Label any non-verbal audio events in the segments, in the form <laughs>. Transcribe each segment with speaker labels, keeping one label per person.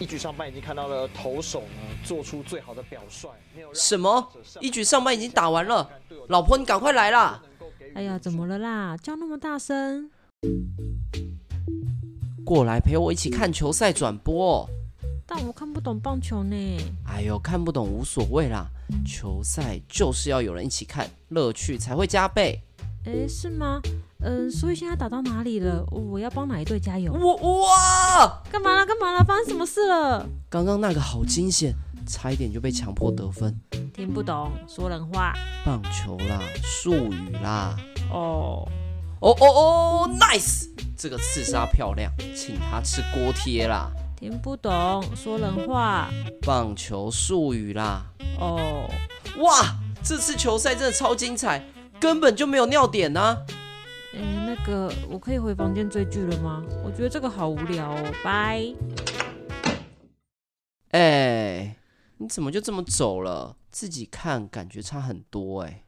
Speaker 1: 一局上半已经看到了投手呢做出最好的表率，没有让
Speaker 2: 什么？一局上半已经打完了，啊老婆你赶快来啦！
Speaker 3: 哎呀，怎么了啦？叫那么大声？
Speaker 2: 过来陪我一起看球赛转播、哦。
Speaker 3: 但我看不懂棒球呢。
Speaker 2: 哎呦，看不懂无所谓啦，球赛就是要有人一起看，乐趣才会加倍。
Speaker 3: 哎，是吗？嗯、所以现在打到哪里了？我要帮哪一队加油？
Speaker 2: 我哇，
Speaker 3: 干嘛啦？干嘛啦？发生什么事了？
Speaker 2: 刚刚那个好惊险，差一点就被强迫得分。
Speaker 3: 听不懂，说人话
Speaker 2: 棒球啦，术语啦，
Speaker 3: 哦。
Speaker 2: 哦哦哦，nice，这个刺杀漂亮，请他吃锅贴啦。
Speaker 3: 听不懂，说人话
Speaker 2: 棒球术语啦，
Speaker 3: 哦。
Speaker 2: 哇，这次球赛真的超精彩，根本就没有尿点呐、啊
Speaker 3: 哎，那个，我可以回房间追剧了吗？我觉得这个好无聊哦，拜。
Speaker 2: 哎、你怎么就这么走了？自己看感觉差很多哎、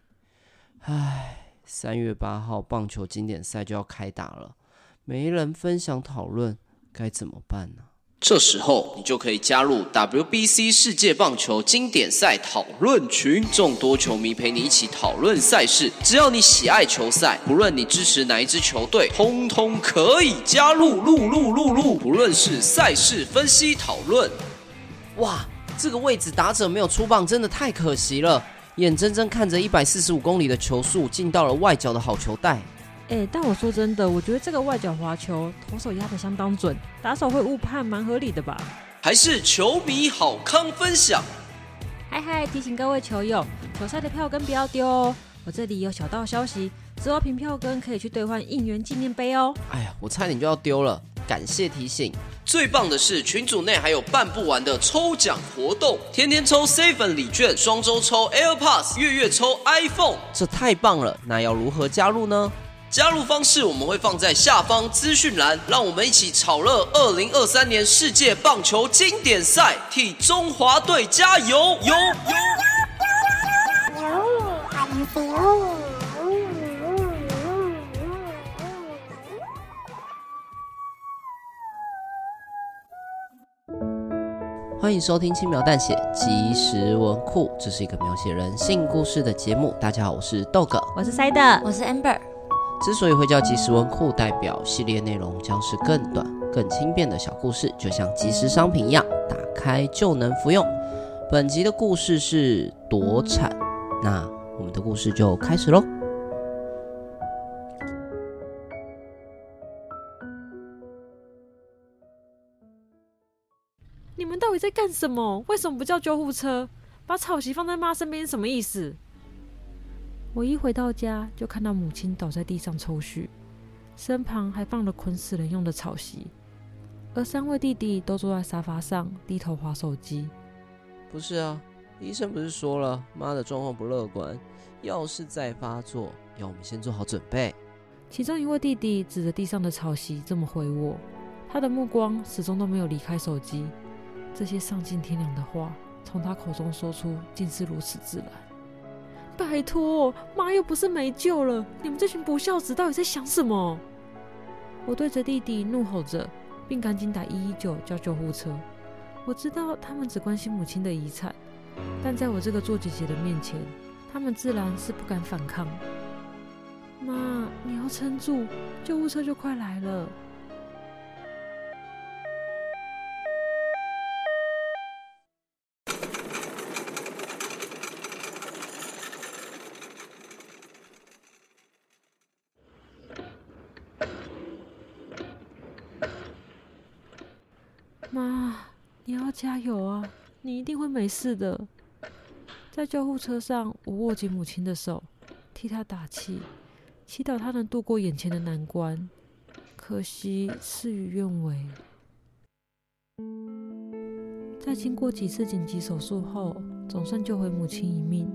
Speaker 2: 唉，三月八号棒球经典赛就要开打了，没人分享讨论，该怎么办呢？这时候你就可以加入 WBC 世界棒球经典赛讨论群，众多球迷陪你一起讨论赛事。只要你喜爱球赛，不论你支持哪一支球队，通通可以加入。录录录录，不论是赛事分析讨论，哇，这个位置打者没有出棒，真的太可惜了。眼睁睁看着一百四十五公里的球速进到了外角的好球带，
Speaker 3: 哎，但我说真的，我觉得这个外角滑球投手压得相当准，打手会误判，蛮合理的吧？
Speaker 2: 还是球迷好康分享。
Speaker 3: 嗨嗨，提醒各位球友，球赛的票根不要丢哦。我这里有小道消息，之后凭票根可以去兑换应援纪念碑哦。
Speaker 2: 哎呀，我差点就要丢了，感谢提醒。最棒的是，群组内还有办不完的抽奖活动，天天抽 seven 礼券，双周抽 AirPods，月月抽 iPhone，这太棒了！那要如何加入呢？加入方式我们会放在下方资讯栏，让我们一起炒热二零二三年世界棒球经典赛，替中华队加油！油油！欢迎收听《轻描淡写即时文库》，这是一个描写人性故事的节目。大家好，我是豆哥。
Speaker 3: 我是塞德，
Speaker 4: 我是 Amber，
Speaker 2: 之所以会叫即时文库，代表系列内容将是更短、更轻便的小故事，就像即时商品一样，打开就能服用。本集的故事是夺产，那我们的故事就开始喽。
Speaker 3: 你们到底在干什么？为什么不叫救护车？把草席放在妈身边是什么意思？我一回到家就看到母亲倒在地上抽搐，身旁还放了捆死人用的草席，而三位弟弟都坐在沙发上低头划手机。
Speaker 2: 不是啊，医生不是说了，妈的状况不乐观，要是再发作，要我们先做好准备。
Speaker 3: 其中一位弟弟指着地上的草席这么回我，他的目光始终都没有离开手机。这些丧尽天良的话从他口中说出，竟是如此自然。拜托，妈又不是没救了，你们这群不孝子到底在想什么？我对着弟弟怒吼着，并赶紧打一一九叫救护车。我知道他们只关心母亲的遗产，但在我这个做姐姐的面前，他们自然是不敢反抗。妈，你要撑住，救护车就快来了。妈，你要加油啊！你一定会没事的。在救护车上，我握紧母亲的手，替她打气，祈祷她能度过眼前的难关。可惜事与愿违。在经过几次紧急手术后，总算救回母亲一命。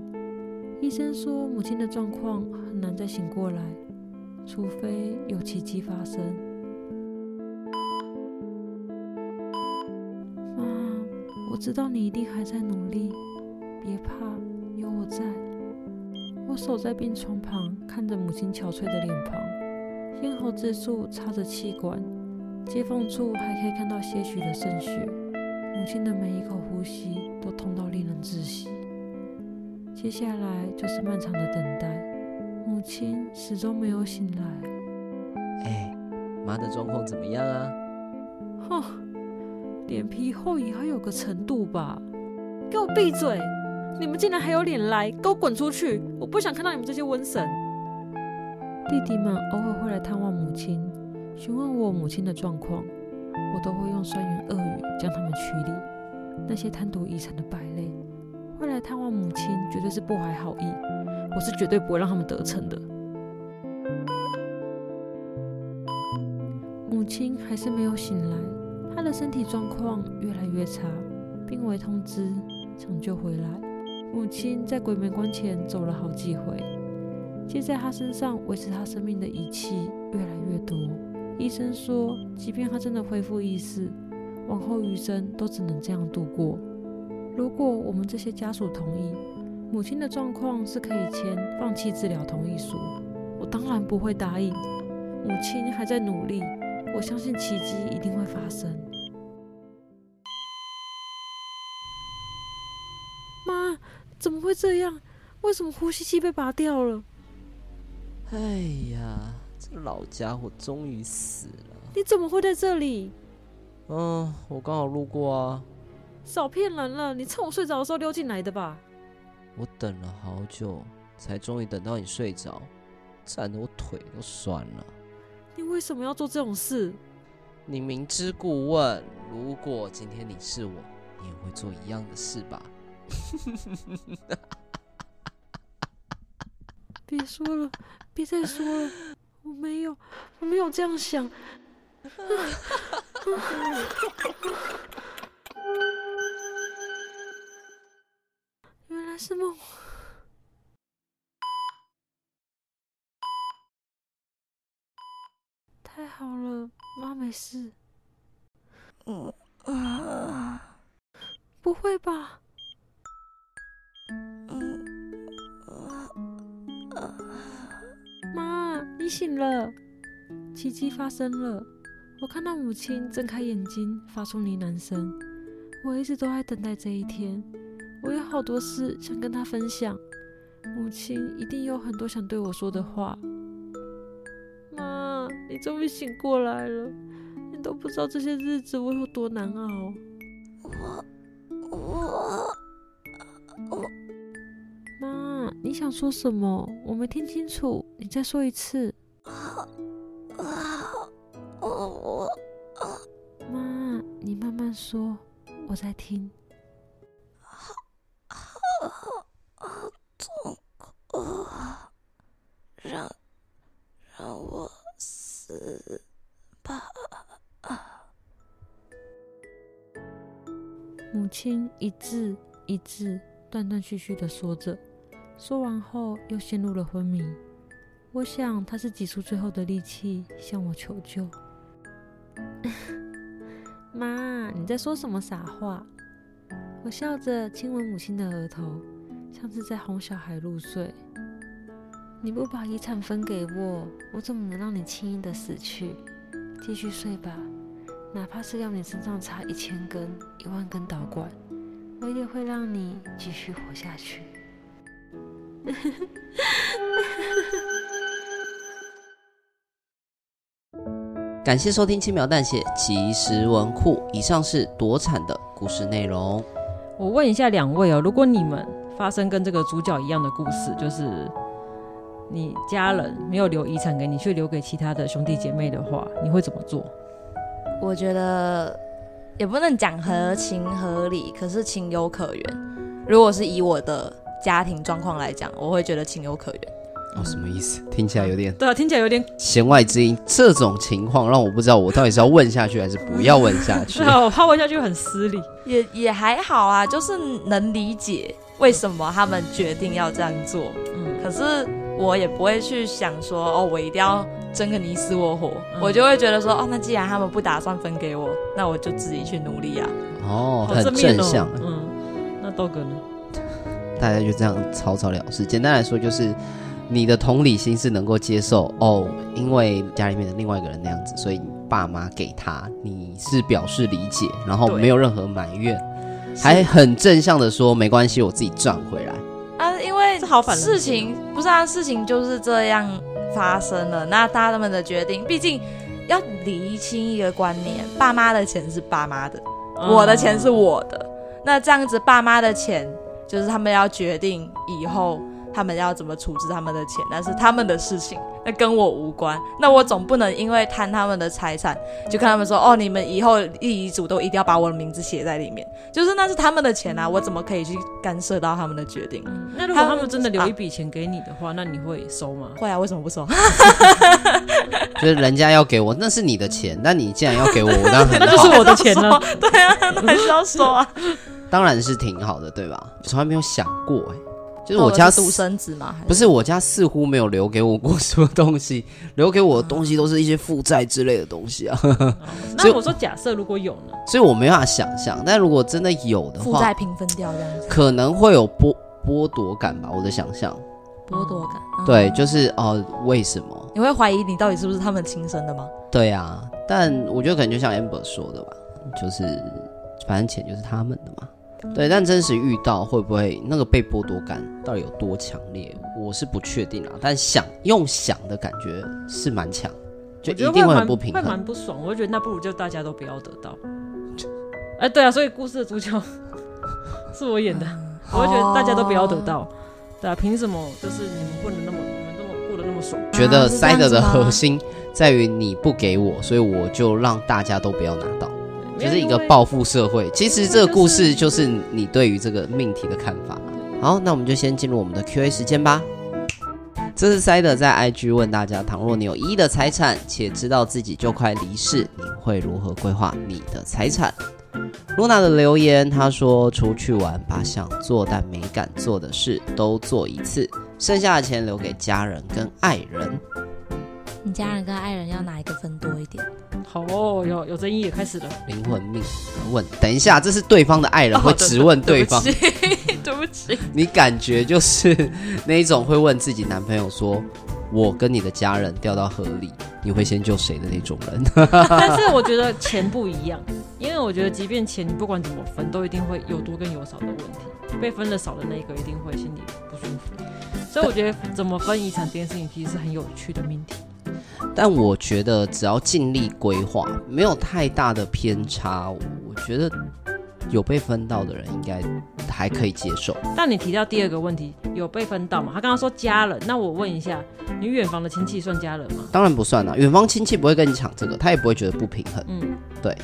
Speaker 3: 医生说，母亲的状况很难再醒过来，除非有奇迹发生。妈，我知道你一定还在努力，别怕，有我在。我守在病床旁，看着母亲憔悴的脸庞，咽喉之处插着气管，接缝处还可以看到些许的渗血。母亲的每一口呼吸都痛到令人窒息。接下来就是漫长的等待，母亲始终没有醒来。
Speaker 2: 哎，妈的状况怎么样啊？
Speaker 3: 哼，脸皮厚也要有个程度吧？给我闭嘴！你们竟然还有脸来，给我滚出去！我不想看到你们这些瘟神。弟弟们偶尔会来探望母亲，询问我母亲的状况，我都会用酸言恶语将他们驱离。那些贪图遗产的败类，会来探望母亲，绝对是不怀好意。我是绝对不会让他们得逞的。母亲还是没有醒来，她的身体状况越来越差，病危通知抢救回来。母亲在鬼门关前走了好几回，接在她身上维持她生命的仪器越来越多。医生说，即便她真的恢复意识，往后余生都只能这样度过。如果我们这些家属同意，母亲的状况是可以签放弃治疗同意书。我当然不会答应。母亲还在努力，我相信奇迹一定会发生。妈，怎么会这样？为什么呼吸器被拔掉了？
Speaker 2: 哎呀，这老家伙终于死了。
Speaker 3: 你怎么会在这里？
Speaker 2: 嗯，我刚好路过啊，
Speaker 3: 少骗人了！你趁我睡着的时候溜进来的吧？
Speaker 2: 我等了好久，才终于等到你睡着，站得我腿都酸了。
Speaker 3: 你为什么要做这种事？
Speaker 2: 你明知故问，如果今天你是我，你也会做一样的事吧？
Speaker 3: 别说了，别再说了，我没有，我没有这样想。 <laughs> 原来是梦。太好了，妈没事。
Speaker 4: 嗯啊，
Speaker 3: 不会吧？
Speaker 4: 嗯啊啊，
Speaker 3: 妈，你醒了！奇迹发生了，我看到母亲睁开眼睛，发出呢喃声。我一直都在等待这一天，我有好多事想跟她分享。母亲一定有很多想对我说的话。妈，你终于醒过来了，你都不知道这些日子我有多难熬。
Speaker 4: 我我
Speaker 3: 妈，你想说什么？我没听清楚，你再说一次。
Speaker 4: 啊我
Speaker 3: 妈，你慢慢说，我在听。
Speaker 4: 我啊，让让我死吧！
Speaker 3: 母亲一字一字断断续续的说着，说完后又陷入了昏迷。我想她是挤出最后的力气向我求救。 <laughs> 妈，你在说什么傻话？我笑着亲吻母亲的额头，像是在哄小孩入睡。你不把遗产分给我，我怎么能让你轻易的死去？继续睡吧，哪怕是要你身上插一千根、一万根导管，我也会让你继续活下去。
Speaker 2: 感谢收听《轻描淡写即时文库》，以上是多产的故事内容。
Speaker 5: 我问一下两位哦，如果你们发生跟这个主角一样的故事，就是你家人没有留遗产给你，却留给其他的兄弟姐妹的话，你会怎么做？
Speaker 4: 我觉得也不能讲合情合理，可是情有可原。如果是以我的家庭状况来讲，我会觉得情有可原。
Speaker 2: 哦，什么意思？听起来有点
Speaker 5: 对啊，听起来有点
Speaker 2: 弦外之音。这种情况让我不知道我到底是要问下去还是不要问下去 <laughs>
Speaker 5: 对。啊，我怕问下去很失礼。
Speaker 4: 也也还好啊，就是能理解为什么他们决定要这样做。
Speaker 5: 嗯，
Speaker 4: 可是我也不会去想说，哦，我一定要争个你死我活，我就会觉得说，哦，那既然他们不打算分给我，那我就自己去努力啊。
Speaker 2: 哦，
Speaker 5: 好
Speaker 2: 很
Speaker 5: 正面
Speaker 2: 正
Speaker 5: 哦
Speaker 2: 向。
Speaker 5: 嗯，那豆哥呢？
Speaker 2: 大家就这样草草了事。简单来说，就是你的同理心是能够接受哦，因为家里面的另外一个人那样子，所以你爸妈给他，你是表示理解，然后
Speaker 4: 对
Speaker 2: 没有任何埋怨，还很正向的说没关系，我自己赚回
Speaker 4: <laughs>
Speaker 2: 来。
Speaker 4: 啊，因为
Speaker 5: 这好反人性哦
Speaker 4: 事情不是啊，事情就是这样发生了。那他们的决定，毕竟要厘清一个观念：爸妈的钱是爸妈
Speaker 5: 嗯
Speaker 4: 的，我的钱是我的。那这样子，爸妈的钱就是他们要决定以后他们要怎么处置他们的钱，那是他们的事情，那跟我无关。那我总不能因为贪他们的财产，就跟他们说：“哦，你们以后立遗嘱都一定要把我的名字写在里面。”就是那是他们的钱啊，我怎么可以去干涉到他们的决定？
Speaker 5: 嗯那如果他
Speaker 4: 他
Speaker 5: 们
Speaker 4: 们
Speaker 5: 真的留
Speaker 4: 啊
Speaker 5: 一笔钱给你的话，那你会收吗？
Speaker 4: 会啊，为什么不 <laughs> 收？
Speaker 2: 就是人家要给我，那是你的钱，那你既然要给我，我当然很
Speaker 5: 那
Speaker 2: 好
Speaker 4: <laughs>
Speaker 5: 是，我的钱呢？
Speaker 4: 对啊，那还是要收啊。
Speaker 2: 当然是挺好的，对吧？从来没有想过、欸， <laughs> 就是
Speaker 4: 那
Speaker 2: 我家
Speaker 4: 哦是独生子嘛，还
Speaker 2: 不是我家似乎没有留给我过什么东西，留给我的东西都是一些负债之类的东西啊，所以
Speaker 5: 那我说假设如果有呢？
Speaker 2: 所以我没办法想象。但如果真的有的
Speaker 4: 负债
Speaker 2: 话，
Speaker 4: 平分掉这样子，
Speaker 2: 可能会有剥剥夺感吧，我的想象。
Speaker 4: 剥夺感。嗯
Speaker 2: 对，，就是哦、呃为什么？
Speaker 4: 你会怀疑你到底是不是他们亲生的吗？
Speaker 2: 对啊，但我觉得可能就像 Amber 说的吧，就是反正钱就是他们的嘛。对，但真实遇到会不会那个被剥夺感到底有多强烈，我是不确定啊。但想用想的感觉是蛮强，就
Speaker 5: 我觉
Speaker 2: 一
Speaker 5: 得
Speaker 2: 定
Speaker 5: 会
Speaker 2: 很
Speaker 5: 蛮
Speaker 2: 不平
Speaker 5: 会
Speaker 2: 衡。
Speaker 5: 蛮不爽。我就觉得那不如就大家都不要得到。哎，对啊，所以故事的主角 <laughs> 是我演的，
Speaker 2: 嗯
Speaker 5: 我会觉得大家都不要
Speaker 2: 哦
Speaker 5: 得到。对啊，凭什么就是你们不能那么你们这么过得那么爽？
Speaker 2: 觉得
Speaker 4: 啊是这样
Speaker 2: side 的
Speaker 4: 子吗
Speaker 2: 核心在于你不给我，所以我就让大家都不要拿到，这
Speaker 5: 没有
Speaker 2: 是一个
Speaker 5: 因为
Speaker 2: 报复社会。其实这个故事
Speaker 5: 就
Speaker 2: 就是你对于这个命题的看法。好，那我们就先进入我们的 Q&A 时间吧。这是 Side 在 IG 问大家：倘若你有一亿的财产，且知道自己就快离世，你会如何规划你的财产？露娜的留言，她说：“出去玩，把想做但没敢做的事都做一次，剩下的钱留给家人跟爱人。”
Speaker 4: 你家人跟爱人要哪一个分多一点？
Speaker 5: 好哦，有有争议也
Speaker 2: <laughs>
Speaker 5: 开始了。
Speaker 2: 灵魂命问，等一下，这是对方的爱人会质问对方，
Speaker 4: 对不起，
Speaker 2: <laughs> 你感觉就是那一种会问自己男朋友说：“我跟你的家人掉到河里，你会先救谁的那种人 <laughs>
Speaker 5: 但是我觉得钱不一样，因为我觉得即便钱你不管怎么分，都一定会有多跟有少的问题。被分的少的那一个一定会心里不舒服，所以我觉得怎么分遗产这件事情其实是很有趣的命题。？”
Speaker 2: 但我觉得只要尽力规划，没有太大的偏差，我觉得有被分到的人应该还可以接受。
Speaker 5: 但你提到第二个问题，有被分到吗？他刚刚说家人，那我问一下，你远房的亲戚算家人吗？
Speaker 2: 当然不算啦，远方亲戚不会跟你抢这个，他也不会觉得不平衡。
Speaker 5: 嗯，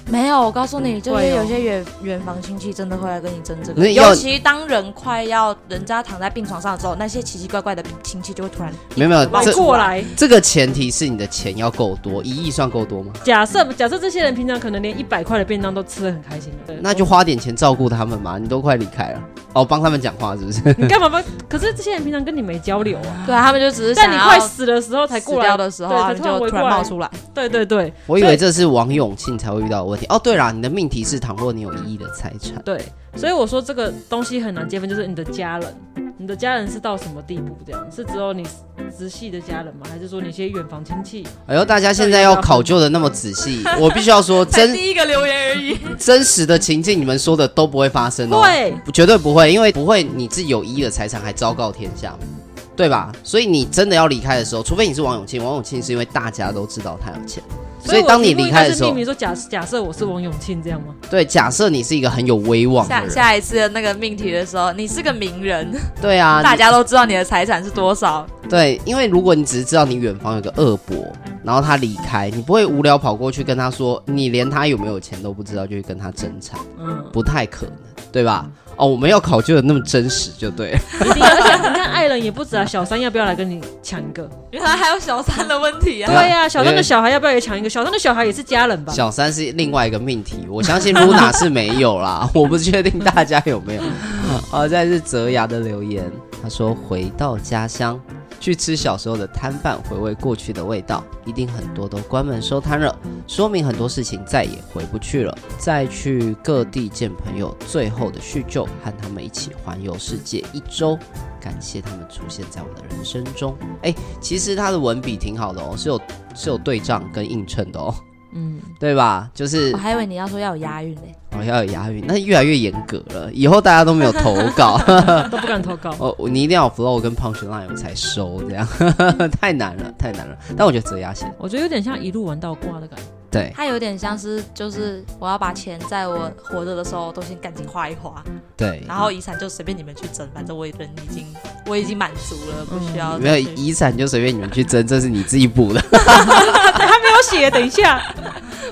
Speaker 4: 没有，我告诉你，就是
Speaker 5: 会哦
Speaker 4: 有些远远房亲戚真的会来跟你争这个，
Speaker 2: 那要
Speaker 4: 尤其当人快要人家躺在病床上的时候，那些奇奇怪怪的亲戚就会突然
Speaker 2: 没有没有，
Speaker 5: 老
Speaker 2: 这
Speaker 5: 过来，
Speaker 2: 这个前提是你的钱要够多，一亿算够多吗？
Speaker 5: 假设假设这些人平常可能连一百块的便当都吃的很开心的，对
Speaker 2: 那就花点钱照顾他们嘛，你都快离开了，哦，帮他们讲话是
Speaker 4: <laughs>
Speaker 2: 不是？
Speaker 5: 你干嘛不？可是这些人平常跟你没交流啊，
Speaker 4: 对啊，他们就只是
Speaker 5: 在
Speaker 4: 想
Speaker 5: 你
Speaker 4: 要
Speaker 5: 快死的时候才
Speaker 4: 死
Speaker 5: 过来
Speaker 4: 掉的时候，
Speaker 5: 对才
Speaker 4: 他们
Speaker 5: 突然
Speaker 4: 就
Speaker 5: 围
Speaker 4: 突
Speaker 5: 过来
Speaker 4: 然冒出来。
Speaker 5: 对对对
Speaker 2: 我以为这是王永庆才会遇到的问题。哦，对啦，你的命题是倘若你有一亿的财产，
Speaker 5: 对，所以我说这个东西很难界分，就是你的家人，你的家人是到什么地步？这样是只有你直系的家人吗？还是说你一些远房亲戚？
Speaker 2: 哎呦，大家现在要考究的那么仔
Speaker 4: <laughs>
Speaker 2: 细，我必须要说
Speaker 4: 才
Speaker 2: 真
Speaker 4: 第一 <laughs> 个留言而已，
Speaker 2: 真实的情境，你们说的都不会发生哦，
Speaker 5: 对，
Speaker 2: 绝对不会，因为不会你自己有一亿的财产还昭告天下嘛，对吧？所以你真的要离开的时候，除非你是王永庆，王永庆是因为大家都知道他有钱，所以
Speaker 5: 我
Speaker 2: 当你
Speaker 5: 题目
Speaker 2: 离
Speaker 5: 应该
Speaker 2: 开的
Speaker 5: 是
Speaker 2: 时候
Speaker 5: 命名说假假设我是王永庆这样吗？
Speaker 2: 对，假设你是一个很有威望的
Speaker 4: 下
Speaker 2: 人，
Speaker 4: 下一次的那个命题的时候，你是个名人，
Speaker 2: 对啊，
Speaker 4: 大家都知道你的财产是多少，
Speaker 2: 对，因为如果你只是知道你远方有个恶伯，然后他离开，你不会无聊跑过去跟他说，你连他有没有钱都不知道，就去跟他争产，
Speaker 5: 嗯，
Speaker 2: 不太可能，对吧？哦，我们要考究的那么真实就对了。
Speaker 5: 一定。而且你看爱人也不止啊，小三要不要来跟你抢一个？
Speaker 4: 原来还有小三的问题啊！
Speaker 5: 对
Speaker 2: 啊
Speaker 5: 呀、小三的小孩要不要也抢一个？小三的小孩也是家人吧？
Speaker 2: 小三是另外一个命题， <laughs> 我相信 Luna 是没有啦， <laughs> 我不确定大家有没有。哦，再来是泽牙的留言，他说回到家乡去吃小时候的摊贩，回味过去的味道，一定很多都关门收摊了，说明很多事情再也回不去了。再去各地见朋友，最后的叙旧，和他们一起环游世界一周。感谢他们出现在我的人生中。哎，其实他的文笔挺好的哦，是有是有对仗跟映衬的哦，
Speaker 5: 嗯，
Speaker 2: 对吧？就是
Speaker 4: 我还以为你要说要有押韵嘞、
Speaker 2: 哦要有押韵，那越来越严格了，以后大家都没有投
Speaker 5: <laughs>
Speaker 2: 稿。。
Speaker 5: 都不敢投稿 <laughs>
Speaker 2: 哦，你一定要有 flow 跟 punchline 我才收，这样 <laughs> 太难了，太难了。但我觉得泽牙写
Speaker 5: 我觉得有点像一路玩到挂的感觉，
Speaker 2: 对，
Speaker 4: 它有点像是就是我要把钱在我活着的时候都先赶紧花一花，
Speaker 2: 对，
Speaker 4: 然后遗产就随便你们去争，反正我人已经我已经满足了，不需要
Speaker 2: 没有
Speaker 4: 再去、
Speaker 2: 遗产就随便你们去争，这是你自己补
Speaker 5: <laughs>
Speaker 2: 的，
Speaker 5: 没有写，等一下。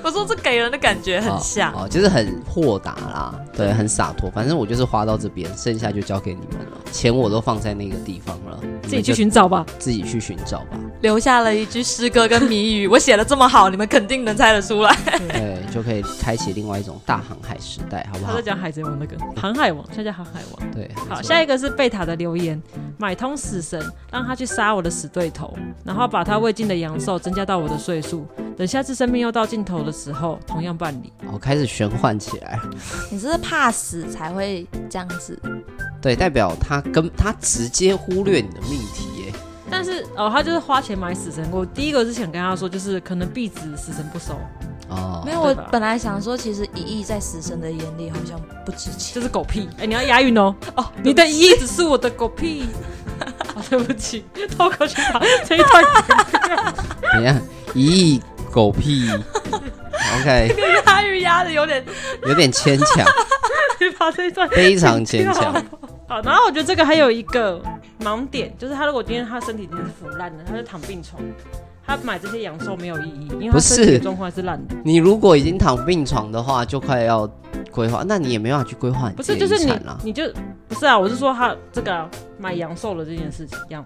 Speaker 4: 我说这给人的感觉很像，
Speaker 2: 哦，哦就是很豁达啦，对，很洒脱。反正我就是花到这边，剩下就交给你们了，钱我都放在那个地方了，
Speaker 5: 自
Speaker 2: 你
Speaker 5: 己
Speaker 2: 们
Speaker 5: 去
Speaker 2: 就
Speaker 5: 寻找吧。
Speaker 2: 自己去寻找吧，
Speaker 4: 留下了一句诗歌跟谜语。我 <laughs> 写的这么好，你们肯定能猜得出来。
Speaker 5: 嗯
Speaker 2: 对，就可以开启另外一种大航海时代，好不
Speaker 5: 他
Speaker 2: 好
Speaker 5: 在？讲海贼王那个航海王，现在叫航海王。
Speaker 2: 对，没
Speaker 5: 好，
Speaker 2: 错
Speaker 5: 下一个是贝塔的留言，买通死神，让他去杀我的死对头，然后把他未尽的阳寿增加到我的岁数，等下次生命又到尽头的时候，同样办理。
Speaker 2: 我哦开始玄幻起来了。
Speaker 4: <laughs> 你是怕死才会这样子，
Speaker 2: 对，代表他跟他直接忽略你的命题耶。
Speaker 5: 但是哦，他就是花钱买死神。我第一个是想跟他说，就是可能壁纸死神不收，
Speaker 2: 哦，
Speaker 4: 没有。我
Speaker 5: 对吧
Speaker 4: 本来想说，其实一亿在死神的眼里好像不值钱
Speaker 5: 就。是狗屁。哎、你要押韵哦。哦，你的一只是我的狗屁。 <laughs> 哦、对不起，偷过去把这一段
Speaker 2: 怎样？一亿狗
Speaker 4: <laughs>
Speaker 2: 屁，OK，
Speaker 4: 押韵押的有点
Speaker 2: 有点牵强，
Speaker 5: 给把这一段
Speaker 2: 非常牵
Speaker 4: <laughs>
Speaker 2: 强。
Speaker 4: 啊
Speaker 5: 好，然后我觉得这个还有一个盲点，就是他如果今天他身体已经是腐烂了，他就躺病床，他买这些阳寿没有意义，因为他
Speaker 2: 不
Speaker 5: 身体
Speaker 2: 是
Speaker 5: 的状况是烂的。
Speaker 2: 你如果已经躺病床的话，就快要规划，那你也没办法去规划你
Speaker 5: 不
Speaker 2: 自
Speaker 5: 是，
Speaker 2: 己
Speaker 5: 就
Speaker 2: 的
Speaker 5: 是
Speaker 2: 遗
Speaker 5: 你
Speaker 2: 产啊啦。
Speaker 5: 你就不是啊，我是说他这个啊、买阳寿的这件事情，一样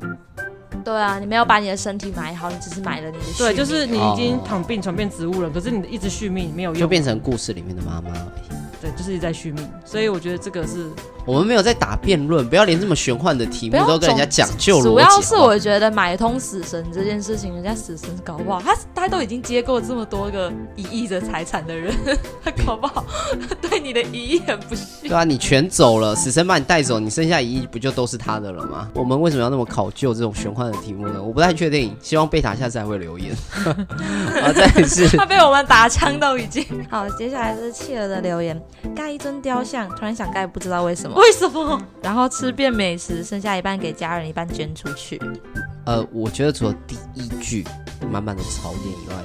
Speaker 4: 对啊，你没有把你的身体买好，你只是买了你的
Speaker 5: 对，
Speaker 4: 续
Speaker 5: 就是
Speaker 4: 命
Speaker 5: 你已经躺病床变植物人，可是你一直续命没有用，
Speaker 2: 哦就变成故事里面的妈妈而已。
Speaker 5: 对，就是一直在续命，所以我觉得这个是
Speaker 2: 我们没有在打辩论，不要连这么玄幻的题目
Speaker 4: 不要
Speaker 2: 都跟人家讲究逻辑。
Speaker 4: 主要
Speaker 2: 好不
Speaker 4: 是
Speaker 2: 好
Speaker 4: 我觉得买通死神这件事情，人家死神搞不好，他他都已经接过这么多个一亿的财产的人， <laughs> 他搞不好对你的一亿很不屑
Speaker 2: 对。啊，你全走了，死神把你带走，你剩下一亿不就都是他的了吗？我们为什么要那么考究这种玄幻的题目呢？我不太确定，希望贝塔下次还会留言。 <laughs> 啊，再来是 <laughs>
Speaker 4: 他被我们打枪到已经。好，接下来是企鹅的留言：盖一尊雕像，突然想盖，不知道为什么。
Speaker 5: 为什么？
Speaker 4: 然后吃遍美食，剩下一半给家人，一半捐出去。
Speaker 2: 呃，我觉得除了第一句满满的槽点以外，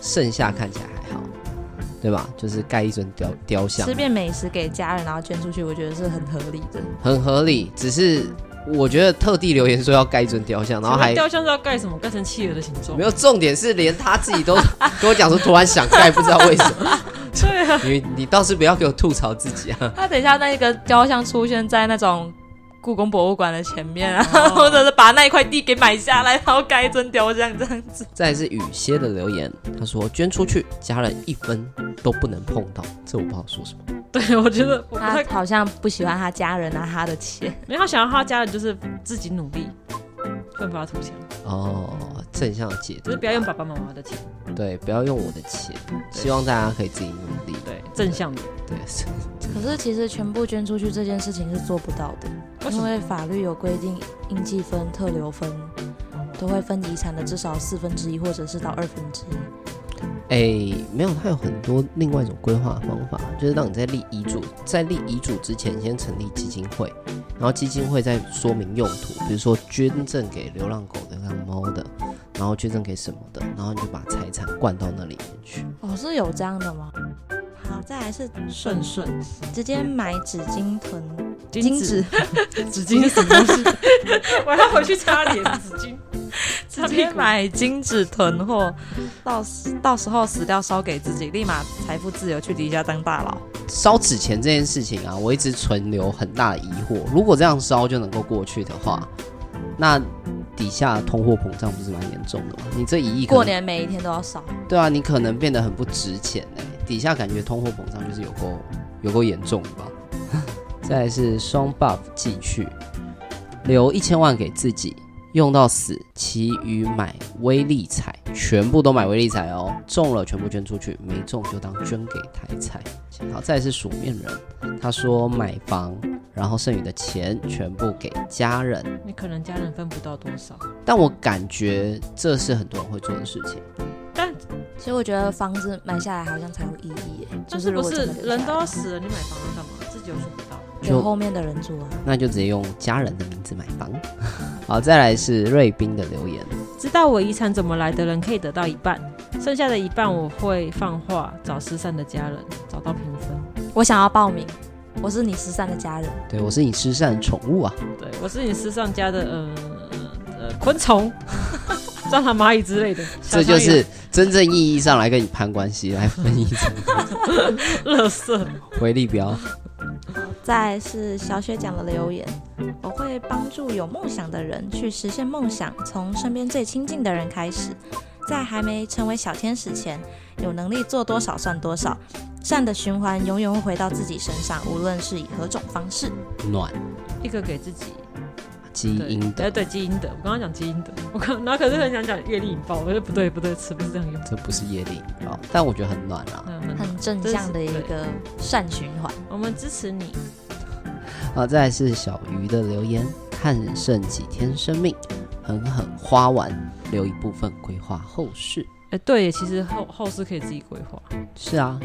Speaker 2: 剩下看起来还好，对吧？就是盖一尊雕雕像
Speaker 4: 吃，遍美食给家人，然后捐出去，我觉得是很合理的。
Speaker 2: 很合理。只是我觉得特地留言说要盖一尊雕像，然后还
Speaker 5: 请问雕像是要盖什么？盖成企鹅的形状？
Speaker 2: 没有重点是连他自己都 <laughs> 跟我讲说突然想盖，不知道为什么。
Speaker 5: <laughs> 对啊，
Speaker 2: 你你倒是不要给我吐槽自己啊！
Speaker 4: 他等一下那个雕像出现在那种故宫博物馆的前面啊，
Speaker 5: 哦
Speaker 4: <laughs> 或者是把那一块地给买下来，然后盖一尊雕像这样子。
Speaker 2: 再来是雨歇的留言，他说捐出去，家人一分都不能碰到，这我不好说什么。
Speaker 5: 对，我觉得
Speaker 2: 嗯
Speaker 5: 我不太
Speaker 4: 他好像不喜欢他家人拿他的钱，
Speaker 5: 没有他想要他家的就是自己努力奋发图强，
Speaker 2: 哦，正向的解
Speaker 5: 只
Speaker 2: 读
Speaker 5: 是，不要用爸爸妈妈的钱，
Speaker 2: 对，不要用我的钱，希望大家可以自己努力。
Speaker 5: 对，正向的。
Speaker 2: 对，是
Speaker 4: 可是其实全部捐出去这件事情是做不到的，
Speaker 5: 为什
Speaker 4: 因
Speaker 5: 么？
Speaker 4: 为法律有规定，应继分、特留分都会分遗产的至少四分之一，或者是到二分之一。
Speaker 2: 哎、没有，它有很多另外一种规划方法，就是让你在立遗嘱，在立遗嘱之前先成立基金会，然后基金会再说明用途，比如说捐赠给流浪狗的、流浪猫的，然后捐赠给什么的，然后你就把财产灌到那里面去。
Speaker 4: 哦，是有这样的吗？好，再来是
Speaker 5: 顺顺
Speaker 4: 直接买纸巾囤
Speaker 5: 金
Speaker 4: 嗯纸，
Speaker 5: <laughs> 纸巾是什么东西？我要回去擦脸纸巾，
Speaker 4: 直
Speaker 5: 擦屁
Speaker 4: 接
Speaker 5: 股。
Speaker 4: 买金纸囤货，到时到时候死掉烧给自己，立马财富自由去离家当大佬。
Speaker 2: 烧纸钱这件事情啊，我一直存留很大的疑惑，如果这样烧就能够过去的话，那底下通货膨胀不是蛮严重的吗？你这一亿可
Speaker 4: 过
Speaker 2: 能
Speaker 4: 年每一天都要烧，
Speaker 2: 对啊，你可能变得很不值钱哎、底下感觉通货膨胀就是有够有够严重的吧。 <laughs> 再来是双 buff 继续，留一千万给自己用到死，其余买威力彩，全部都买威力彩哦，中了全部捐出去，没中就当捐给台彩。钱。好，再来是鼠面人，他说买房，然后剩余的钱全部给家人。
Speaker 5: 你可能家人分不到多少，
Speaker 2: 但我感觉这是很多人会做的事情。
Speaker 4: 其实我觉得房子买下来好像才有意义耶，就
Speaker 5: 但是
Speaker 4: 如
Speaker 5: 不
Speaker 4: 果
Speaker 5: 是
Speaker 4: 真的留下来
Speaker 5: 人都要死了，你买房要干嘛？自己又住不到，
Speaker 4: 给
Speaker 2: 就
Speaker 4: 后面的人住啊。
Speaker 2: 那就直接用家人的名字买房。 <laughs> 好，再来是瑞斌的留言，
Speaker 5: 知道我遗产怎么来的人可以得到一半，剩下的一半我会放话找失散的家人，找到平分。
Speaker 4: 我想要报名，我是你失散的家人，
Speaker 2: 对我是你失散的宠物啊，
Speaker 5: 对我是你失上家的呃呃昆虫， <laughs> 蟑螂、蚂蚁之类的，
Speaker 2: 这就是真正意义上来跟你攀关系，来分一层
Speaker 5: 乐色。
Speaker 2: 回力标。
Speaker 4: 再是小雪讲的留言，我会帮助有梦想的人去实现梦想，从身边最亲近的人开始，在还没成为小天使前，有能力做多少算多少，善的循环永远会回到自己身上，无论是以何种方式。
Speaker 2: 暖
Speaker 5: 一个给自己
Speaker 2: 基
Speaker 5: 对
Speaker 2: 因
Speaker 5: 哎
Speaker 2: 的，
Speaker 5: 对基因的，我刚刚讲基因的，我刚然后可是很想讲阅历引爆，我觉得不对不对，词不是这样用，
Speaker 2: 这不是业力哦，但我觉得很暖啊。
Speaker 5: 嗯，很
Speaker 4: 很正向的一个善循环。
Speaker 5: 我们支持你，
Speaker 2: 好，再来是小鱼的留言，看剩几天生命，狠狠花完，留一部分规划后事。
Speaker 5: 哎对耶，其实后后事可以自己规划，
Speaker 2: 是啊，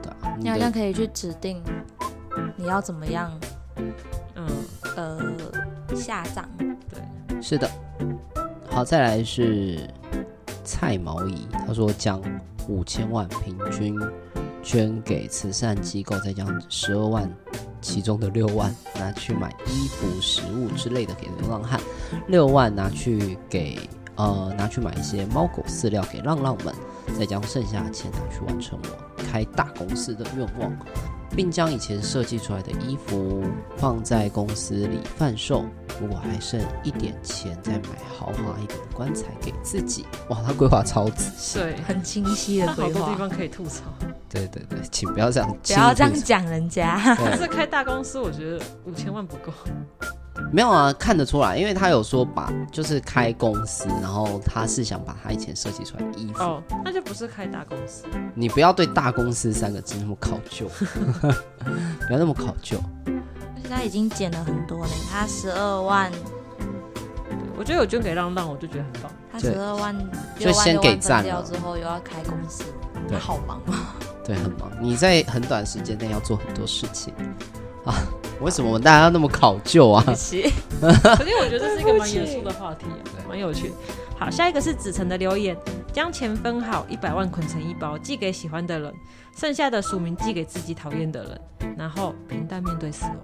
Speaker 2: 对啊，你
Speaker 4: 你好像
Speaker 2: 的
Speaker 4: 可以去指定你要怎么样，
Speaker 5: 嗯，
Speaker 4: 呃，下葬。
Speaker 2: 是的。好，再来是蔡毛仪，他说将五千万平均捐给慈善机构，再将十二万其中的六万拿去买衣服、食物之类的给流浪汉，六万拿去给呃拿去买一些猫狗饲料给浪浪们，再将剩下的钱拿去完成我开大公司的愿望，并将以前设计出来的衣服放在公司里贩售。如果还剩一点钱，再买豪华一点的棺材给自己。哇，他规划超仔细。
Speaker 5: 对，
Speaker 4: 很清晰
Speaker 5: 但
Speaker 4: 的
Speaker 5: 好
Speaker 4: 规
Speaker 5: 多
Speaker 4: 划
Speaker 5: 地，方可以吐槽，
Speaker 2: <laughs> 对对对，请不要这样，
Speaker 4: <laughs> 不要这
Speaker 2: 轻易
Speaker 4: 样
Speaker 2: 吐槽
Speaker 4: 讲人 <laughs> 家。
Speaker 5: 但是开大公司，我觉得五千万不够，
Speaker 2: 没有啊，看得出来，因为他有说把就是开公司，然后他是想把他以前设计出来的衣服。
Speaker 5: 哦，那就不是开大公司，
Speaker 2: 你不要对“大公司”三个字那么考究， <laughs> 不要那么考究。
Speaker 4: 而且他已经减了很多呢，他十二万，
Speaker 5: 对我觉得有捐给浪浪，我就觉得很棒，
Speaker 4: 他
Speaker 2: 对
Speaker 4: 十二万
Speaker 2: 就
Speaker 4: 六万
Speaker 2: 先
Speaker 4: 六
Speaker 2: 给
Speaker 4: 万
Speaker 2: 赞
Speaker 4: 分
Speaker 2: 了
Speaker 4: 掉之后，又要开公司，
Speaker 2: 对
Speaker 4: 他好
Speaker 2: <laughs>
Speaker 4: 忙啊！
Speaker 2: 对，很忙，你在很短时间内要做很多事情啊。为什么我们大家要那么考究啊
Speaker 4: 对？不起，
Speaker 5: 可是我觉得这是一个蛮严肃的话题、啊，蛮有趣的。好，下一个是子晨的留言，将钱分好，一百万捆成一包，寄给喜欢的人，剩下的署名寄给自己讨厌的人，然后平淡面对死亡。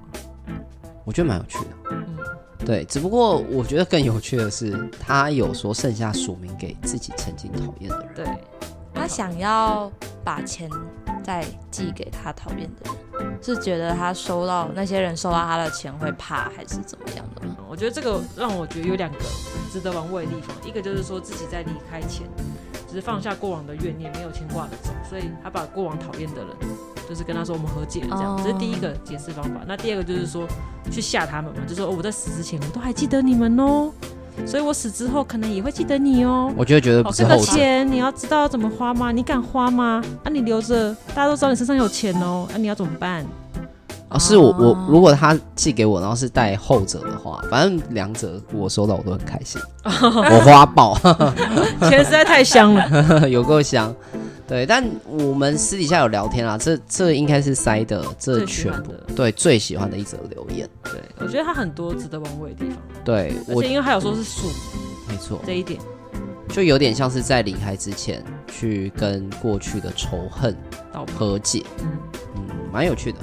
Speaker 2: 我觉得蛮有趣的。
Speaker 5: 嗯，
Speaker 2: 对，只不过我觉得更有趣的是，他有说剩下署名给自己曾经讨厌的人。
Speaker 5: 对，
Speaker 4: 他想要把钱再寄给他讨厌的人，是觉得他收到那些人收到他的钱会怕，还是怎么样的吗？
Speaker 5: 嗯我觉得这个让我觉得有两个值得玩味的地方，一个就是说自己在离开前，只是放下过往的怨念，没有牵挂的走，所以他把过往讨厌的人，就是跟他说我们和解了这样，
Speaker 4: 哦
Speaker 5: 这是第一个解释方法。那第二个就是说去吓他们嘛，就说、哦、我在死之前我都还记得你们哦，所以我死之后可能也会记得你哦。
Speaker 2: 我觉得绝对
Speaker 5: 哦
Speaker 2: 不，是
Speaker 5: 这个
Speaker 2: 后者。
Speaker 5: 钱你要知道要怎么花吗？你敢花吗？啊，你留着，大家都知道你身上有钱哦，啊，你要怎么办？
Speaker 2: 啊，是我我
Speaker 4: 哦
Speaker 2: 如果他寄给我，然后是带后者的话，反正两者我收到我都很开
Speaker 5: <laughs>
Speaker 2: 心，我花爆， <laughs>
Speaker 5: 钱实在太香了。
Speaker 2: 有够香。对，但我们私底下有聊天啦，啊这这应该是塞的这
Speaker 5: 最喜
Speaker 2: 全
Speaker 5: 欢
Speaker 2: 部
Speaker 5: 的
Speaker 2: 对最喜欢的一则留言。
Speaker 5: 对，我觉得他很多值得玩味的地方。
Speaker 2: 对
Speaker 5: 而
Speaker 2: 我
Speaker 5: 且因为还有说是数
Speaker 2: 没错，
Speaker 5: 这一点，
Speaker 2: 就有点像是在离开之前去跟过去的仇恨
Speaker 5: 道歉
Speaker 2: 和解，
Speaker 5: 嗯，
Speaker 2: 嗯，蛮有趣的。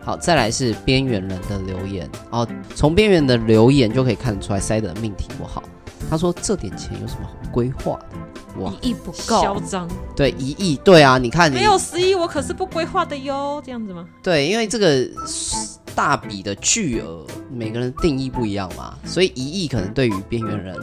Speaker 2: 好，再来是边缘人的留言哦。从边缘的留言就可以看得出来，塞德的命题不好。他说：“这点钱有什么好规划的？”哇，
Speaker 4: 一亿不
Speaker 5: 嚣
Speaker 4: 够，
Speaker 5: 张，
Speaker 2: 对，一亿，对啊，你看你
Speaker 5: 没有十一我可是不规划的哟，这样子吗？
Speaker 2: 对，因为这个大笔的巨额，每个人定义不一样嘛，所以一亿可能对于边缘人，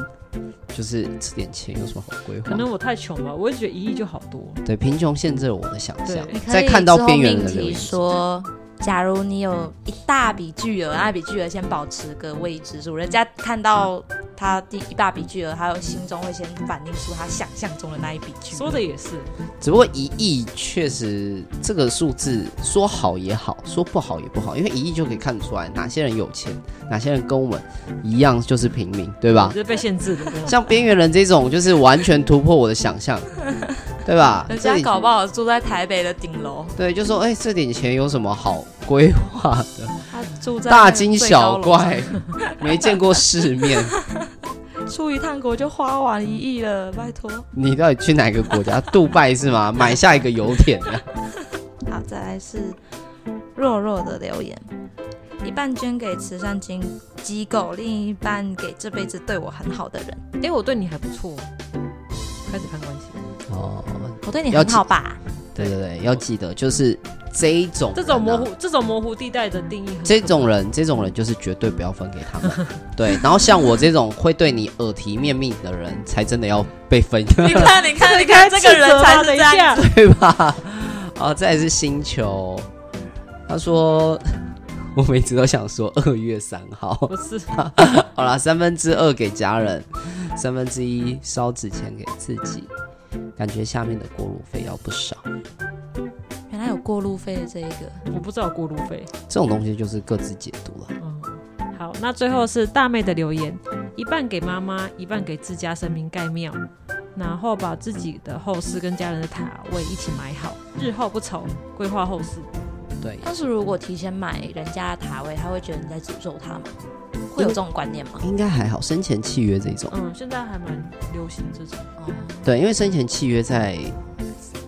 Speaker 2: 就是这点钱有什么好规划
Speaker 5: 可？能我太穷了，我就觉得一亿就好多，
Speaker 2: 对，贫穷限制了我的想象
Speaker 5: 对。
Speaker 4: 你可
Speaker 2: 在
Speaker 4: 以
Speaker 2: 看到
Speaker 4: 之后
Speaker 2: 边缘人
Speaker 4: 命
Speaker 2: 的留
Speaker 4: 题
Speaker 2: 言，
Speaker 4: 说假如你有一大笔巨额，那笔巨额先保持个未知数，人家看到他第一大笔巨额，他心中会先反映出他想象中的那一笔巨额。
Speaker 5: 说的也是，
Speaker 2: 只不过一亿确实这个数字说好也好，说不好也不好，因为一亿就可以看得出来哪些人有钱，哪些人跟我们一样就是平民，对吧
Speaker 5: 就？是被限制的。真的
Speaker 2: 像边缘人这种就是完全突破我的想象，对
Speaker 5: <laughs>
Speaker 2: 吧？
Speaker 4: 人
Speaker 2: 这
Speaker 4: 家
Speaker 2: 里
Speaker 4: 搞不好住在台北的顶楼，
Speaker 2: 对，就说哎、这点钱有什么好规划的？
Speaker 4: 他住在
Speaker 2: 大惊小
Speaker 4: 最
Speaker 2: 怪，没见过世面，
Speaker 4: 高楼，出一趟国就花完一亿了，拜托。
Speaker 2: 你到底去哪个国家？杜拜是吗？买下一个油田啊？ <laughs>
Speaker 4: 好，再来是弱弱的留言，一半捐给慈善机机构，另一半给这辈子对我很好的人。
Speaker 5: 哎、我对你还不错，开始攀关系。
Speaker 2: 哦，
Speaker 4: 我对你很好吧？
Speaker 2: 对对对，要记得就是这一种
Speaker 5: 这种
Speaker 2: 人啊
Speaker 5: 模糊，这种模糊地带的定义很可怕，
Speaker 2: 这种人，这种人就是绝对不要分给他们。对，然后像我这种会对你耳提面命的人，才真的要被分，
Speaker 4: 你看，你看，你看，这个人才是这样。
Speaker 5: 样。
Speaker 2: 对吧？啊，再来是星球，他说。我每次都想说二月三号，
Speaker 5: 不是，
Speaker 2: 好啦，三分之二给家人，三分之一烧纸钱给自己，感觉下面的过路费要不少。
Speaker 4: 原来有过路费的这一个，
Speaker 5: 我不知道有过路费。
Speaker 2: 这种东西就是各自解读了。
Speaker 5: 嗯，好，那最后是大妹的留言，一半给妈妈，一半给自家神明盖庙，然后把自己的后事跟家人的塔位一起买好，日后不愁，规划后事。
Speaker 2: 对，
Speaker 4: 但是如果提前买人家的塔位，他会觉得你在诅咒他吗？会有这种观念吗？
Speaker 2: 应该还好，生前契约这种。
Speaker 5: 嗯，现在还蛮流行这种。
Speaker 4: 哦，
Speaker 2: 对，因为生前契约在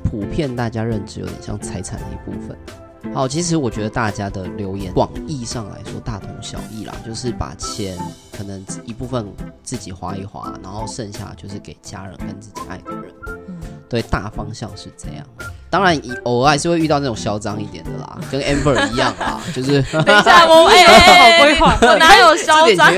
Speaker 2: 普遍大家认知有点像财产的一部分。好，其实我觉得大家的留言广义上来说大同小异啦，就是把钱可能一部分自己花一花，然后剩下就是给家人跟自己爱的人。
Speaker 4: 嗯
Speaker 2: 对，大方向是这样。当然，以偶尔还是会遇到那种嚣张一点的啦，跟 Amber 一样啦，就是
Speaker 4: 等一下， <laughs> 我哎哎，
Speaker 5: 好规划
Speaker 4: 哎我哪有嚣
Speaker 2: 这
Speaker 4: 张啊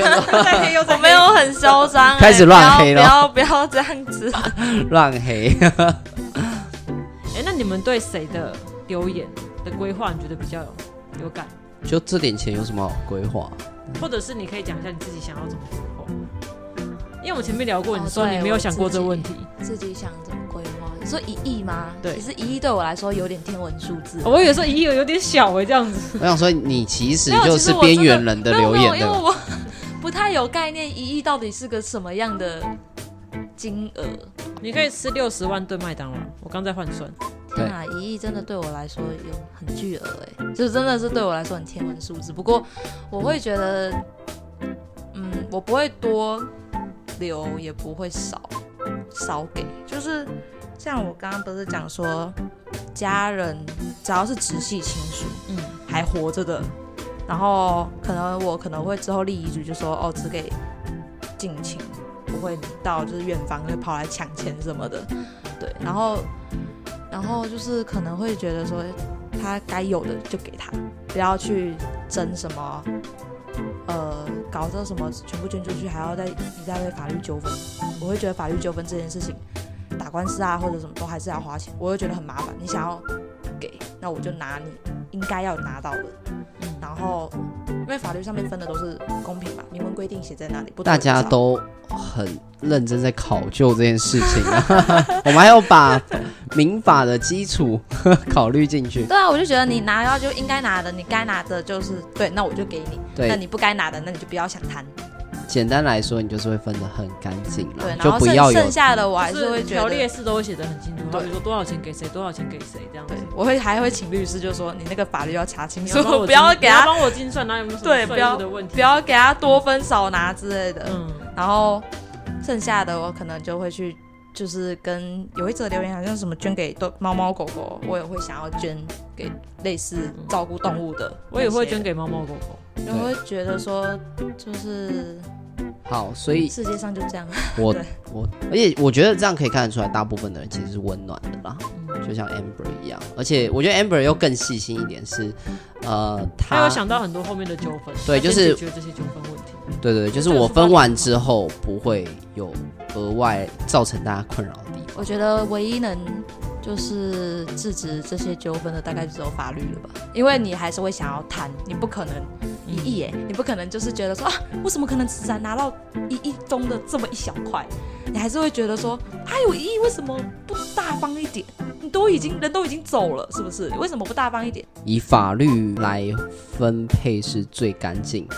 Speaker 2: 点？
Speaker 4: 我没有很嚣张，哎
Speaker 2: 开始乱黑了
Speaker 4: 不要不要不要这样子。
Speaker 2: <laughs> 乱黑。
Speaker 5: 哎、那你们对谁的留言的规划，你觉得比较有有感？
Speaker 2: 就这点钱有什么好规划？
Speaker 5: 或者是你可以讲一下你自己想要怎么规划？因为我们前面聊过，
Speaker 4: 哦
Speaker 5: 你说你
Speaker 4: 对
Speaker 5: 没有
Speaker 4: 我
Speaker 5: 想过
Speaker 4: 自
Speaker 5: 这
Speaker 4: 己
Speaker 5: 问题。
Speaker 4: 自己想怎么规划？你说一亿吗？
Speaker 5: 对
Speaker 4: 其实一亿对我来说有点天文数字。
Speaker 5: 哦我有时候一有有点小哎、这样子。
Speaker 2: 我想说，你其实
Speaker 4: 没有
Speaker 2: 就
Speaker 4: 其实
Speaker 2: 是
Speaker 4: 我
Speaker 2: 边
Speaker 4: 真的
Speaker 2: 缘人的留言
Speaker 4: 没有没有
Speaker 2: 的
Speaker 4: <laughs> 因为我不太有概念一亿到底是个什么样的金额。
Speaker 5: 你可以吃六十万顿麦当劳，我刚在换算。
Speaker 4: 天啊，一亿真的对我来说有很巨额哎、就是真的是对我来说很天文数字。不过我会觉得，嗯，我不会多留，也不会少少给，就是像我刚刚不是讲说，家人只要是直系亲属，
Speaker 5: 嗯，
Speaker 4: 还活着的，然后可能我可能会之后立遗嘱就说哦，只给近亲，不会到就是远房就跑来抢钱什么的，对，
Speaker 2: 嗯
Speaker 4: 然后然后就是可能会觉得说他该有的就给他，不要去争什么。呃，搞这什么全部捐出去，还要再一大堆法律纠纷，我会觉得法律纠纷这件事情，打官司啊或者什么都还是要花钱，我会觉得很麻烦。你想要给，那我就拿你应该要拿到的，
Speaker 2: 嗯
Speaker 4: 然后因为法律上面分的都是公平嘛，明文规定写在那里，不多
Speaker 2: 大家
Speaker 4: 不少
Speaker 2: 都很认真在考究这件事情啊， <laughs> 我们还要把民法的基础 <laughs> 考虑进去。
Speaker 4: 对啊，我就觉得
Speaker 2: 嗯
Speaker 4: 你拿到就应该拿的，你该拿的就是对，那我就给你，那
Speaker 2: 对，
Speaker 4: 你不该拿的，那你就不要想贪，
Speaker 2: 简单来说，你就是会分得很干净了
Speaker 4: 对，，
Speaker 2: 嗯就
Speaker 4: 然后
Speaker 2: 不
Speaker 4: 剩
Speaker 2: 要有
Speaker 4: 剩下的我
Speaker 5: 我
Speaker 4: 还是会觉
Speaker 5: 条列
Speaker 4: 得。
Speaker 5: 式都会写的很清楚，
Speaker 4: 对
Speaker 5: 比如说多少钱给谁，多少钱给谁这样子
Speaker 4: 对。，我会还会请律师，就说你那个法律要查清
Speaker 5: 你
Speaker 4: 楚， <laughs>
Speaker 5: 帮我
Speaker 4: 不要
Speaker 5: 精
Speaker 4: 给
Speaker 5: 你
Speaker 4: 他
Speaker 5: 帮我精算，哪有什么
Speaker 4: 对
Speaker 5: 税
Speaker 4: 不要
Speaker 5: 务的问题？
Speaker 4: 不要给他多分少拿之类的。
Speaker 5: 嗯，
Speaker 4: 然后剩下的我可能就会去，就是跟有一则留言好像什么捐给动猫猫狗狗，我也会想要捐给类似照顾动物的，
Speaker 5: 我也会捐，给猫猫狗狗。
Speaker 4: 我会觉得说就是
Speaker 2: 好，所以
Speaker 4: 世界上就这样，
Speaker 2: 我
Speaker 4: 嗯对
Speaker 2: 我，而且我觉得这样可以看得出来，大部分的人其实是温暖的啦，
Speaker 5: 嗯
Speaker 2: 就像 Amber 一样。而且我觉得 Amber 又更细心一点是，呃，
Speaker 5: 他有
Speaker 2: 他
Speaker 5: 想到很多后面的纠纷，
Speaker 2: 对
Speaker 5: 他先
Speaker 2: 就是
Speaker 5: 解决这些纠纷问题。
Speaker 2: 对对，对就是
Speaker 5: 这个
Speaker 2: 我
Speaker 5: 出发
Speaker 2: 分
Speaker 5: 点
Speaker 2: 完
Speaker 5: 好
Speaker 2: 之后不会有额外造成大家困扰的地方。
Speaker 4: 我觉得唯一能就是制止这些纠纷的，大概就只有法律了吧？因为你还是会想要谈，你不可能一亿耶，
Speaker 2: 嗯
Speaker 4: 你不可能就是觉得说啊，我怎么可能只拿拿到一亿中的这么一小块？你还是会觉得说，还有一亿为什么不大方一点？你都已经人都已经走了，是不是？为什么不大方一点？
Speaker 2: 以法律来分配是最干净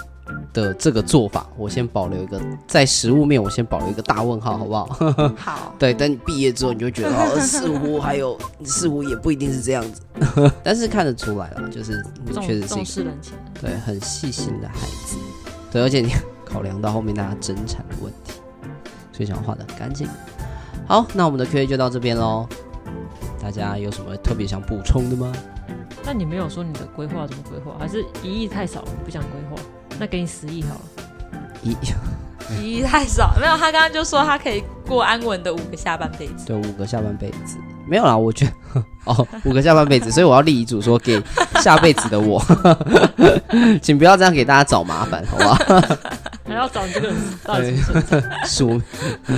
Speaker 2: 的这个做法，我先保留一个在实物面，我先保留一个大问号，好不好？ <laughs>
Speaker 4: 好，
Speaker 2: 对，等你毕业之后，你就觉得哦，似乎还有，似乎也不一定是这样子， <laughs> 但是看得出来了，就是你
Speaker 5: 重
Speaker 2: 确实是一
Speaker 5: 重
Speaker 2: 个
Speaker 5: 视人情。
Speaker 2: 对很细心的孩子，对，而且你考量到后面大家争产的问题，所以想画的干净。好，那我们的 Q&A 就到这边喽。大家有什么特别想补充的吗？
Speaker 5: 那你没有说你的规划怎么规划，还是一亿太少，你不想规划？那给你十亿
Speaker 4: <laughs>
Speaker 5: 好了。
Speaker 2: 一
Speaker 4: 一亿太少，没有。他刚刚就说他可以过安稳的五个下半辈子。
Speaker 2: 对，五个下半辈子没有啦，我觉得 <laughs> 哦，五个下半辈子，所以我要立遗嘱说给下辈子的我， <laughs> 请不要这样给大家找麻烦，好不好？
Speaker 5: 还要找你这个人
Speaker 4: <laughs>
Speaker 5: 到底
Speaker 2: 对
Speaker 5: 是不是？
Speaker 2: 署 <laughs>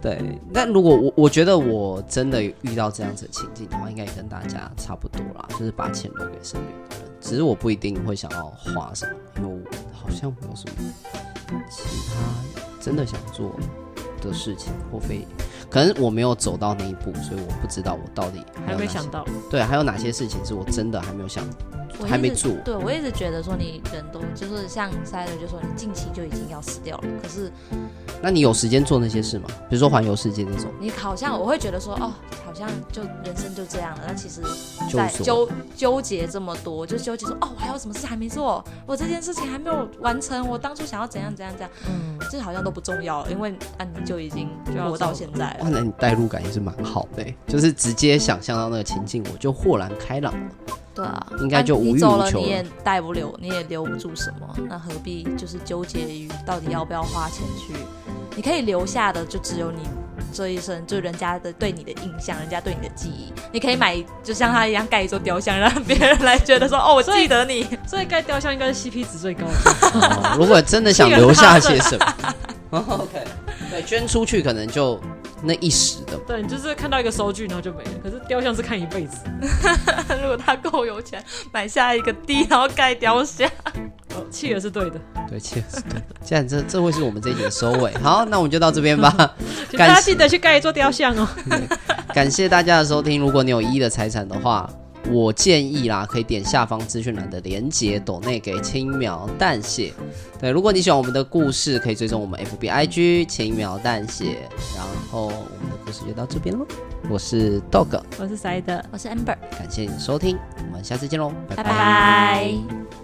Speaker 2: 对，那如果我我觉得我真的遇到这样子的情境的话，应该也跟大家差不多啦，就是把钱留给身边的人，只是我不一定会想要花什么，因为我好像没有什么其他真的想做的事情或非。可能我没有走到那一步，所以我不知道我到底还
Speaker 5: 还
Speaker 2: 有
Speaker 5: 没
Speaker 2: 哪些
Speaker 5: 想
Speaker 4: <laughs>
Speaker 5: 到，
Speaker 2: 对，还有哪些事情是我真的还没有想，
Speaker 4: 我
Speaker 2: 还
Speaker 4: 一
Speaker 2: 没
Speaker 4: 直
Speaker 2: 做
Speaker 4: 对我一直觉得说你人都就是像塞德就说你近期就已经要死掉了，可是
Speaker 2: 那你有时间做那些事吗？比如说环游世界那种，
Speaker 4: 你好像我会觉得说哦，好像就人生就这样了。那其实，
Speaker 2: 就
Speaker 4: 在
Speaker 2: 是
Speaker 4: 纠纠结这么多，就纠结说哦，我还有什么事还没做，我这件事情还没有完成，我当初想要怎样怎样怎样，
Speaker 5: 嗯，
Speaker 4: 这好像都不重要了，因为啊你就已经
Speaker 5: 就要
Speaker 4: 活
Speaker 5: 走
Speaker 4: 到
Speaker 5: 了
Speaker 4: 现在
Speaker 2: 哇，
Speaker 4: 了。
Speaker 2: 那你代入感也是蛮好的欸、就是直接想象到那个情境，我就豁然开朗了。
Speaker 4: 对啊，
Speaker 2: 应该就
Speaker 4: 啊
Speaker 2: 无
Speaker 4: 你
Speaker 2: 欲
Speaker 4: 走
Speaker 2: 无
Speaker 4: 了，
Speaker 2: 求
Speaker 4: 你
Speaker 2: 了
Speaker 4: 也带不留，你也留不住什么，那何必就是纠结于到底要不要花钱去？你可以留下的就只有你这一生，就人家的对你的印象，人家对你的记忆。你可以买，就像他一样盖一座雕像，让别人来觉
Speaker 2: <laughs>
Speaker 4: 得说哦，我记得你。
Speaker 5: 嗯所以该雕像应该是 CP 值最高
Speaker 4: <laughs>
Speaker 5: 的。
Speaker 2: 哦如果真的想留下些什么 <laughs> 哦，OK，对，捐出去可能就那一时的，
Speaker 5: 对，你就是看到一个收据，然后就没了。可是雕像是看一辈子，
Speaker 4: <laughs> 如果他够有钱，买下一个地，然后盖雕像。
Speaker 5: 哦气了是对的。
Speaker 2: 对，确实对。 <laughs> 这样这这会是我们这一集的收尾。好，那我们就到这边吧。
Speaker 5: 请
Speaker 2: 感
Speaker 5: 大家
Speaker 2: 谢
Speaker 5: 记得去盖一座雕像哦。
Speaker 2: 感谢大家的收听。如果你有一亿的财产的话，我建议啦，可以点下方资讯栏的连接，抖内给轻描淡写。对，如果你喜欢我们的故事，可以追踪我们 FB IG 轻描淡写。然后我们的故事就到这边喽。我是 Dog，
Speaker 5: 我是塞德。
Speaker 4: 我是 Amber，
Speaker 2: 感谢你的收听，我们下次见喽，拜
Speaker 4: 拜拜